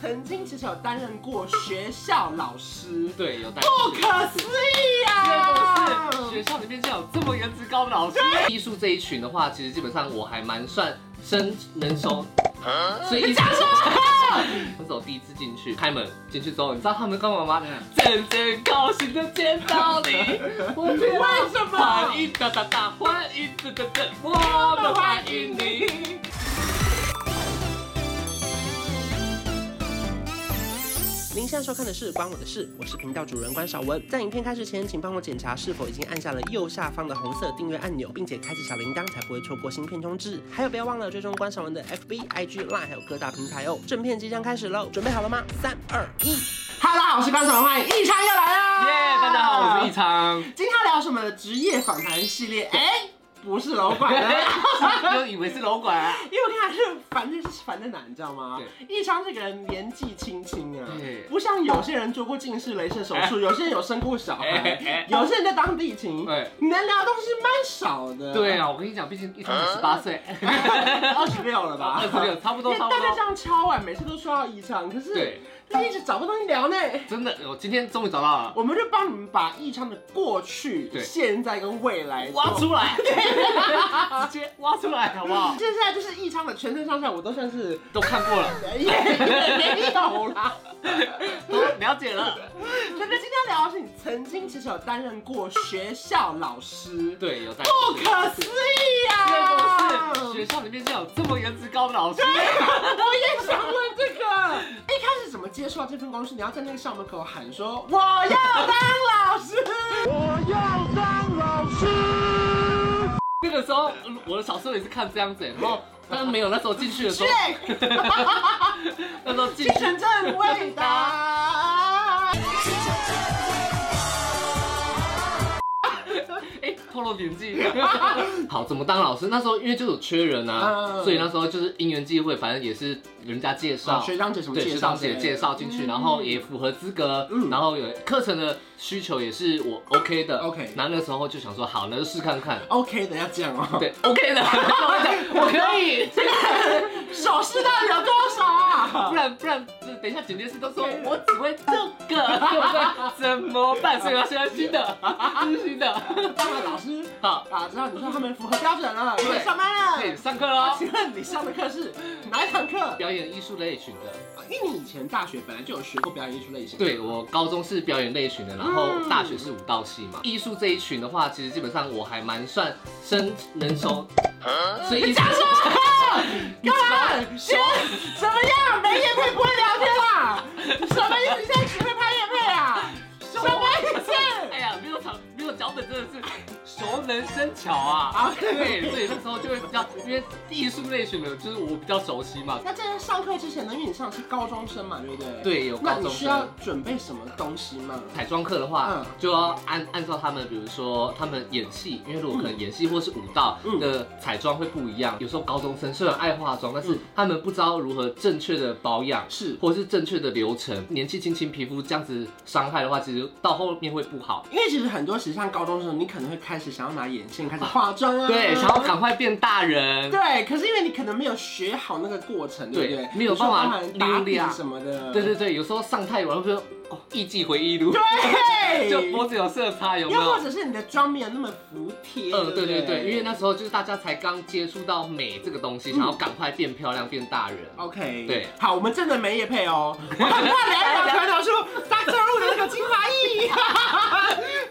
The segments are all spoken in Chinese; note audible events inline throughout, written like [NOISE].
曾经其实有担任过学校老师，对，有带不可思议啊呀、是学校里面竟然有这么颜值高的老师。艺术这一群的话，其实基本上我还蛮算生能熟，所以你讲什么？我走第一次进去，开门进去之后，你知道他们干嘛吗？嗯阵阵高兴的见到 [LAUGHS] 你，我们为什么欢迎哒哒哒，欢迎哒哒哒，我们欢迎你。您现在收看的是《关我的事》，我是频道主人关少文。在影片开始前，请帮我检查是否已经按下了右下方的红色订阅按钮，并且开启小铃铛，才不会错过新片通知。还有，不要忘了追踪关少文的 FB、IG、Line，还有各大平台哦。正片即将开始喽，准备好了吗？三、二、一，Hello，大家好，我是关少文，欢迎异昌又来啦！耶、大家好，我是一。昌。今天要聊什么职业访谈系列？哎、不是老板啊。 [LAUGHS] 又以为是楼管、 [LAUGHS] 啊。因为我跟你讲，这反正是烦在哪，你知道吗？对易昌这个人年纪轻轻啊对，不像有些人做过近视雷射手术，有些人有生过小哎孩哎，有些人在当地勤，哎能聊的东西蛮少的。对，啊，我跟你讲，毕竟一昌十八岁， [LAUGHS] 啊二十六了吧？二十 [LAUGHS] 六，差不因 [LAUGHS] 多为差大不家这多。样敲碗，每次都说到易昌，可是对，他一直找不到东西聊呢。真的，我今天终于找到了，我们就帮你们把易昌的过去、对现在跟未来挖做。出来， [LAUGHS] 直接挖出来，好不好？现在就是易昌的全身上下，我都算是都看过 [LAUGHS] 了，也也没有啦。都了解了。可是今天聊的是你曾经其实有担任过学校老师，对，有在。不可思议啊！是学校里面竟然有这么颜值高的老师， [LAUGHS] 我也想问这个，一开始怎么接触到这份工作？你要在那个校门口喊说我要当老师，那个时候嗯我的小时候也是看这样子，然后但 [LAUGHS] 是没有那时候进去的时候，对，那时候进精去神正伟大。哎，透露年纪。 [LAUGHS] 好，怎么当老师？那时候因为就有缺人啊，嗯所以那时候就是因缘际会，反正也是人家介绍，学长姐什么对，介学绍长之类姐的？介绍进去，然后也符合资格嗯，然后有课程的需求也是我 OK 的 OK 那那时候就想说，好，那就试看看。 OK，等一下这样哦。对，OK 的， [LAUGHS] [LAUGHS] 我可以，手势到底有多少啊？ [LAUGHS] 不然不然，等一下剪接师都说我只会这个， [LAUGHS] 对不对？怎么办？所以要现在新的，这是新的， [LAUGHS] 当了老师好，啊，知道你说他们符合标准了，对可以上班了。可以上课喽。嗯请问你上的课是哪一堂课？表演艺术类群的，因为你以前大学本来就有学过表演艺术类型。对我高中是表演类群的，然后嗯大学是舞蹈系嘛。艺术这一群的话，其实基本上我还蛮算生能熟，所以你讲什么？ [LAUGHS] 你知道干嘛？先怎么样？没叶配不会聊天啦？什么意思？你现在只会拍叶配啊？什么意思？哎呀，没有场没有脚本真的是熟能生巧啊！啊啊，对，所以那时候就会比较，因为艺术类型的就是我比较熟悉嘛。那在上课之前呢，因为你上的是高中生嘛，对不对？。对，有那高你中需要生。准备什么东西吗？彩妆课的话嗯，就要按按照他们，比如说他们演戏，因为如果可能演戏或是舞蹈嗯的彩妆会不一样。有时候高中生虽然爱化妆，但是他们不知道如何正确的保养，是或是正确的流程。年纪轻轻皮肤这样子伤害的话，其实到后面会不好。因为其实很多，时尚高中生，你可能会开始想要拿眼线，开始化妆啊。对，想要赶快变大人。对，可是因为你可能没有学好那个过程，对不对？对没有办法你说包含打溜底达什么的。对对对，有时候上太晚，会说哦，艺伎回忆录，对，就脖子有色差，有没又或有？者是你的妆没有那么服帖。嗯，不对对对，因为那时候就是大家才刚接触到美这个东嗯西，想要赶快变漂亮、变大人。 OK，对，好，我们真的没也配 [LAUGHS] 哦。我很怕聊一聊传导出 Doctor Wu 的那个精华液，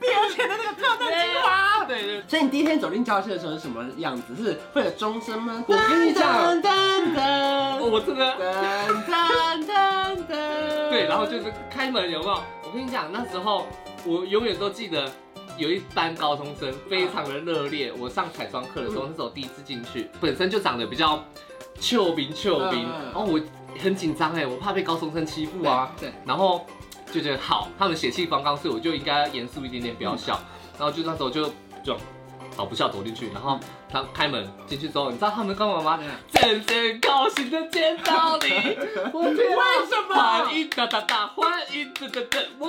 碧欧前的那个特嫩精华。对对，所以你第一天走进教室的时候是什么样子？是会有钟声吗？我跟你讲噔噔噔哦我真的噔噔噔噔。对，然后就是开门有没有？我跟你讲，那时候我永远都记得。有一班高中生非常的热烈，嗯我上彩妆课的时候，那时候第一次进去，本身就长得比较俏皮俏皮，嗯嗯然后哦我很紧张哎，我怕被高中生欺负啊，对，然后就觉得好，他们血气方刚，所以我就应该严肃一点点，不要笑。然后就那时候就就好不笑走进去，然后他开门进去之后，你知道他们干嘛吗？嗯阵阵高兴的见到你， [LAUGHS] 我们为什么欢迎哒哒哒，欢迎哒哒哒，我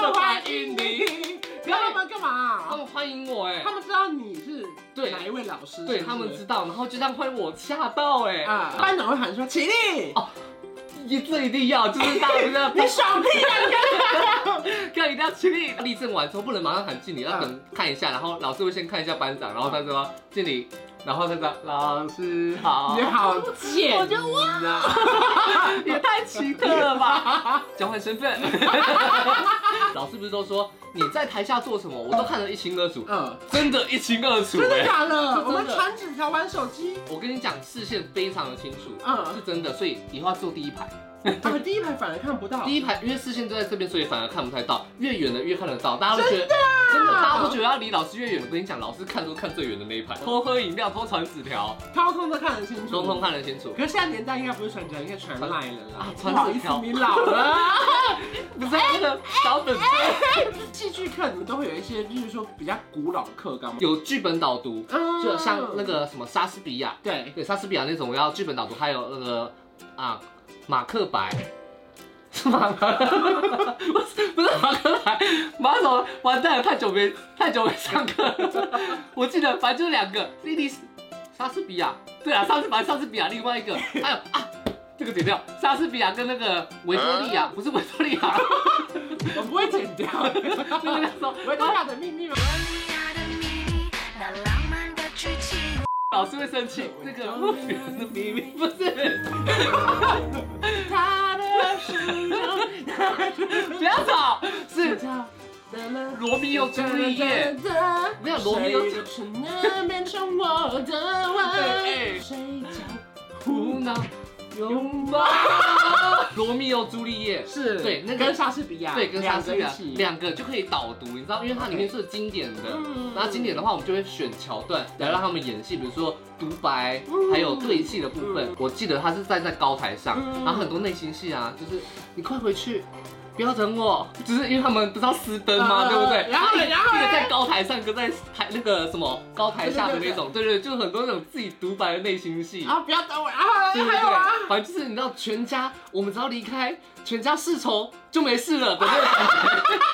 们欢迎你。你要他们干嘛他啊？们欢迎我哎他，们知道你是对哪一位老师？对是不是啊他们知道，然后就这样欢迎我，吓到哎。啊，班长会喊说起立。哦这一定要，就是大家不要 [LAUGHS] 你爽屁啊！看一定要起立。立正完之后不能马上喊敬礼，要等看一下，然后老师会先看一下班长，然后他说敬礼，然后他说 [LAUGHS] 老师好你，好贱，我就哇，也太奇特了吧！ [LAUGHS] 交换身份，老师不是都说你在台下做什么，我都看得一清二楚，嗯，真的，一清二楚真的哎。假的？的我们传纸条玩手 [LAUGHS] 机，我跟你讲，视线非常的清楚，嗯是真的，所以以后要坐第一排。啊，第一排反而看不到，第一排，因为视线都在这边，所以反而看不太到，越远的越看得到。大家都觉得真的，啊大家都觉得要离老师越远。我跟你讲，老师看都看最远的那一排，偷喝饮料、偷传纸条，通通都看得清楚，通通。看得清楚。可是现在年代应该不是传纸条，应该传赖了啦啊。不传好意纸思条，你老了。 [LAUGHS] 不是啊那个小本子，戏剧课你们都会有一些，就是说比较古老的课纲吗？有剧本导读，嗯就像那个什么莎士比亚，对，对莎士比亚那种要剧本导读，还有那个啊马克白。是马克，不是不是马克白，马总完蛋了，太久没太久没上课了。我记得反正就两个，莉莉莎士比亚，对啊，莎士反正莎士比亚，另外一个还有啊，这个剪掉，莎士比亚跟那个维多利亚，不是维多利亚，我不会剪 [LAUGHS] 掉。那个那时候维多利亚的秘密吗？你爱的秘密，那浪漫的剧情。老师会生气，那个不的秘密不是，他的是不要吵，是罗密欧朱丽叶。没没有罗密欧的承诺变成我的对吻。哎谁叫胡闹 [LAUGHS] 拥抱。罗密欧朱丽叶，是对那个跟莎士比亚对，跟莎士比两个亚一起两个就可以导读，你知道，因为它里面是经典的嗯。那经典的话，我们就会选桥段来让他们演戏，比如说独白嗯，还有对戏的部分嗯。我记得他是站在高台上嗯，然后很多内心戏啊，就是你快回去。不要等我，就是因为他们不是要私奔吗？嗯对不对？然后嘞一个然后嘞一个在高台上，一个在台那个什么高台下的那种，对对，就很多那种自己独白的内心戏。啊，不要等我啊！对对还有啊，对，反正就是你知道，全家我们只要离开，全家世仇就没事了的那种感觉。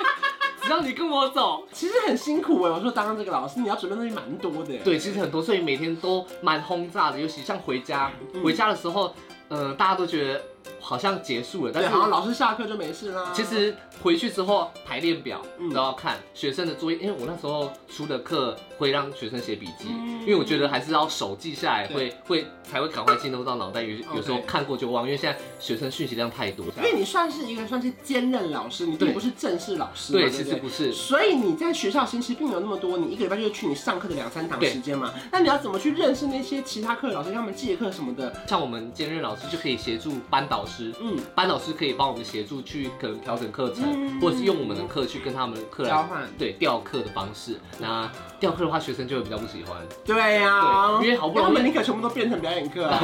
[LAUGHS] 只要你跟我走，其实很辛苦哎。我说当这个老师，你要准备东西蛮多的。，对，其实很多，所以每天都蛮轰炸的。尤其像回家，嗯回家的时候，呃，大家都觉得好像结束了，但对，好像是老师下课就没事啦。其实回去之后排练表嗯都要看学生的作业，因为我那时候出的课会让学生写笔记，嗯因为我觉得还是要手记下来，对会会才会赶快进入到脑袋。有有时候 OK 看过就忘，因为现在学生讯息量太多。因为你算是一个算是兼任老师，你并对不是正式老师嘛，对，不其实不是，所以你在学校其实并没有那么多，你一个礼拜就去你上课的两三堂对时间嘛。那你要怎么去认识那些其他课的老师，跟他们借课什么的？像我们兼任老师就可以协助班导师，嗯，班导师可以帮我们协助去可能调整课程，嗯或者是用我们的课去跟他们的课来啊交换对调课的方式。那调课的话，学生就会比较不喜 [LAUGHS] 欢，对呀、对因为好不那容易他们宁可全部都变成表演课、啊，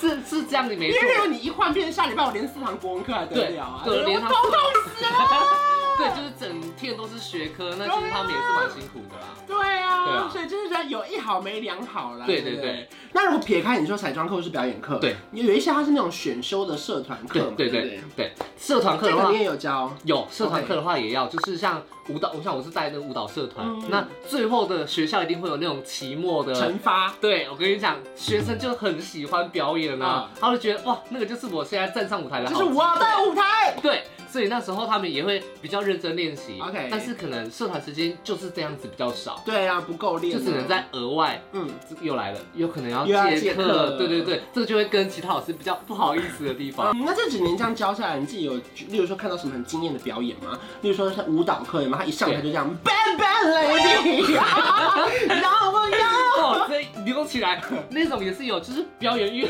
是是这样的， [LAUGHS] 没因错为。如果你一换变下礼拜我连四堂国文课还得了啊？对对我连头堂痛死了。 [LAUGHS] 对，就是整天都是学科，那其实他们也是蛮辛苦的啦。对啊，对啊所以就是说有一好没两好啦。对对对不对。那如果撇开你说彩妆课或是表演课，对，有一些它是那种选修的社团对课嘛，对对对不对，社团课这的个话你。也有教，有社团课的话也要，就是像舞蹈，我像我是带那个舞蹈社团，嗯那最后的学校一定会有那种期末的惩罚。对，我跟你讲，学生就很喜欢表演啊，他会觉得哇，那个就是我现在站上舞台的这好是机会，我的舞台，对，所以那时候他们也会比较认真练习。 OK 但是可能社团时间就是这样子比较少，对啊，不够练就啊，只能在额外。嗯，这个又来了，有可能要又要借借课课，对对对，这个就会跟其他老师比较不好意思的地方。嗯，那这几年这样教下来，你自己有，例如说看到什么很惊艳的表演吗？例如说像舞蹈课有吗？他一上台就这样 [LAUGHS] ，Bang Bang Lady，然 [LAUGHS] 后我要哦，这流起来那种也是有，就是表演欲，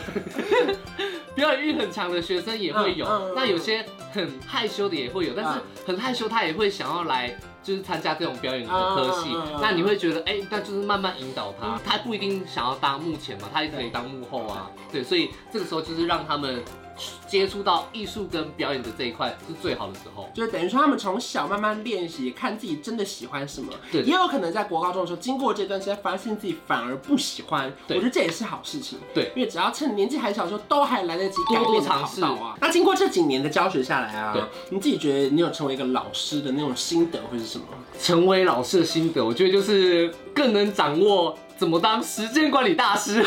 表演欲很强的学生也会有嗯嗯嗯。那有些很害羞的也会有，但是很害羞他也会想要来，就是参加这种表演的科系嗯嗯嗯嗯。那你会觉得，哎，那就是慢慢引导他，他不一定想要当幕前嘛，他也可以当幕后啊。对，所以这个时候就是让他们接触到艺术跟表演的这一块是最好的时候。就是等于说他们从小慢慢练习，看自己真的喜欢什么，对也有可能在国高中的时候，经过这段时间发现自己反而不喜欢，我对觉得这也是好事情，对因为只要趁年纪还小的时候，都还来得及多改多变的尝跑试道啊。那经过这几年的教学下来啊对，你自己觉得你有成为一个老师的那种心得会是什么？成为老师的心得，我觉得就是更能掌握怎么当时间管理大 [LAUGHS] 师？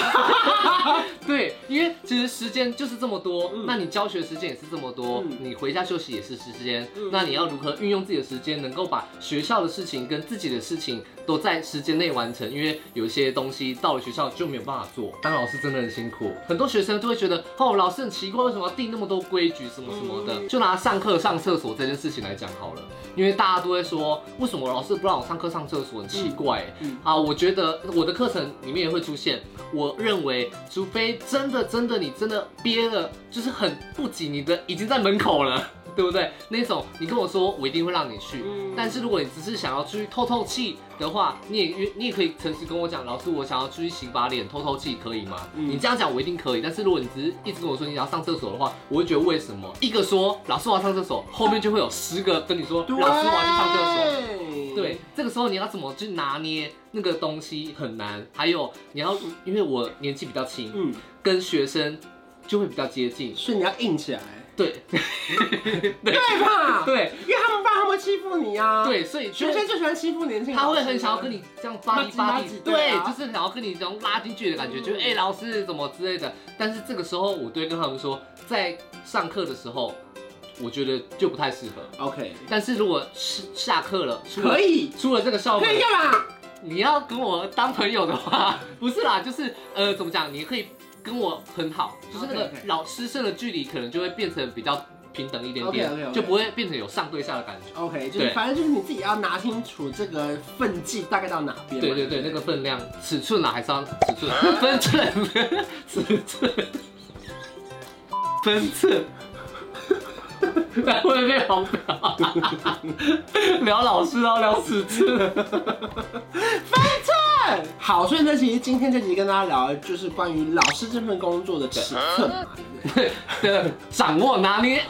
对，因为其实时间就是这么多，嗯那你教学时间也是这么多，嗯你回家休息也是时间，嗯那你要如何运用自己的时间，能够把学校的事情跟自己的事情都在时间内完成？因为有一些东西到了学校就没有办法做，当老师真的很辛苦，很多学生都会觉得哦，老师很奇怪，为什么要定那么多规矩什么什么的？就拿上课上厕所这件事情来讲好了，因为大家都会说，为什么老师不让我上课上厕所，很奇怪、嗯啊，我觉得我的课程里面也会出现。我认为，除非真的真的你真的憋了，就是很不急，你的已经在门口了，对不对？那种你跟我说，我一定会让你去。嗯但是如果你只是想要出去透透气的话，你也你也可以诚实跟我讲，老师，我想要出去洗把脸、透透气，可以吗？嗯你这样讲我一定可以。但是如果你只是一直跟我说你想要上厕所的话，我会觉得为什么？一个说老师我要上厕所，后面就会有十个跟你说老师对我要去上厕所。对，，这个时候你要怎么去拿捏那个东西很难，还有你要，因为我年纪比较轻，嗯，跟学生就会比较接近，所以你要硬起来，对，对对吧？对因为他们怕他们会欺负你啊。，对，所以就学生就喜欢欺负年轻人，他会很想要跟你这样巴拉唧近巴拉近唧，对嗯对，啊就是想要跟你这种拉近距离的感觉，就是哎、老师怎么之类的。但是这个时候，我都会跟他们说，在上课的时候，我觉得就不太适合。 OK，但是如果是下课了，出了可以，出了这个校门可，以干啊嘛？你要跟我当朋友的话，不是啦，就是呃，怎么讲？你可以跟我很好，就是那个 OK，OK 老师生的距离可能就会变成比较平等一点点 OK，OK，OK 就不会变成有上对下的感觉。 OK，就是对反正就是你自己要拿清楚这个分际大概到哪边嘛。对对对，那个分量、尺寸啦，还是要尺寸、分寸、尺寸、分寸。会不会被黄标？聊老师，然后聊尺寸。分寸。好，所以呢，其实今天这集跟大家聊的就是关于老师这份工作的尺啊寸嘛。的掌握拿捏。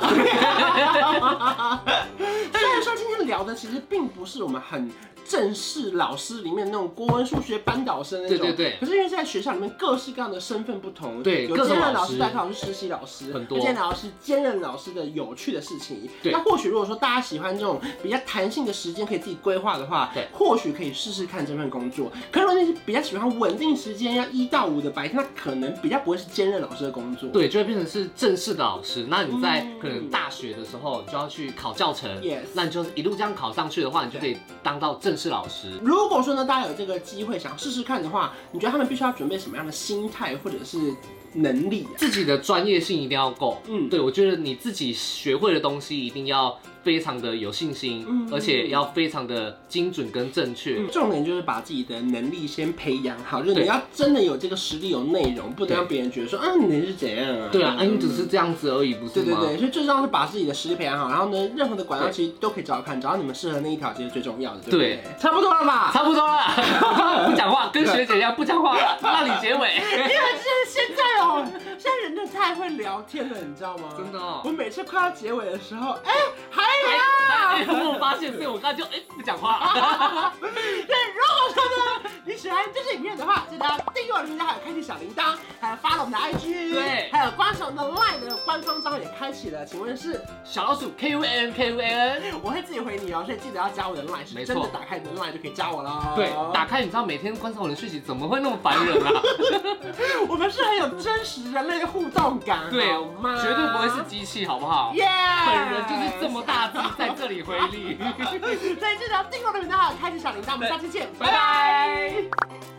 [LAUGHS] 虽然说今天聊的其实并不是我们很正式老师里面那种国文、数学班导生那种，对对对可是因为在学校里面各式各样的身份不同，对有各种兼任老老师师、代课老师、实习老师，很多兼任老师兼任老师的有趣的事情。对那或许如果说大家喜欢这种比较弹性的时间可以自己规划的话，对或许可以试试看这份工作。可是如果你是比较喜欢稳定时间，要一到五的白天，那可能比较不会是兼任老师的工作。对，就会变成是正式的老师。那你在嗯可能大学的时候，你就要去考教程 Yes 那你就是一路这样考上去的话，你就可以当到正式老师。如果说呢，大家有这个机会想试试看的话，你觉得他们必须要准备什么样的心态或者是能力、啊？自己的专业性一定要够，嗯对我觉得你自己学会的东西一定要非常的有信心，嗯而且要非常的精准跟正确。重点就是把自己的能力先培养好，就是对你要真的有这个实力、有内容，不能让别人觉得说，啊，你是怎样啊？对啊，啊嗯你只是这样子而已，不是对对吗？对，所以最重要是把自己的实力培养好，然后呢，任何的管道对其实都可以找找看，找到你们适合那一条，其实最重要的，对不对对？差不多了吧？差不 [LAUGHS] 多了，不讲话，跟学姐一样不讲话了，让你结尾。因为 [LAUGHS] 现现在哦，现在人真的太会聊天了，你知道吗？真的哦我每次快要结尾的时候，哎、还有啊。哎，我发现，所以我刚才就哎不 [LAUGHS] 讲话。对，如果说呢你喜欢这支影片的话，记得订阅我的频道，还有开启小铃铛，还有发了我们的 IG，对还有关注我们的 LINE 的官方账号也开启了。请问是小老鼠 K U N K U N。我会自己回你哦，所以记得要加我的 LINE，没是错真的打开你的 LINE 就可以加我了。对，打开你知道每天观察我的讯息怎么会那么烦人 [LAUGHS] 啊？我们是很有真实人类的互动感，啊对好吗？绝对不会是机器，好不好？耶，本人就是这么 [LAUGHS] 大只，在这里回力。 [LAUGHS] 所以记得要订阅我的频道，还有开启小铃铛，我们下期见，拜拜。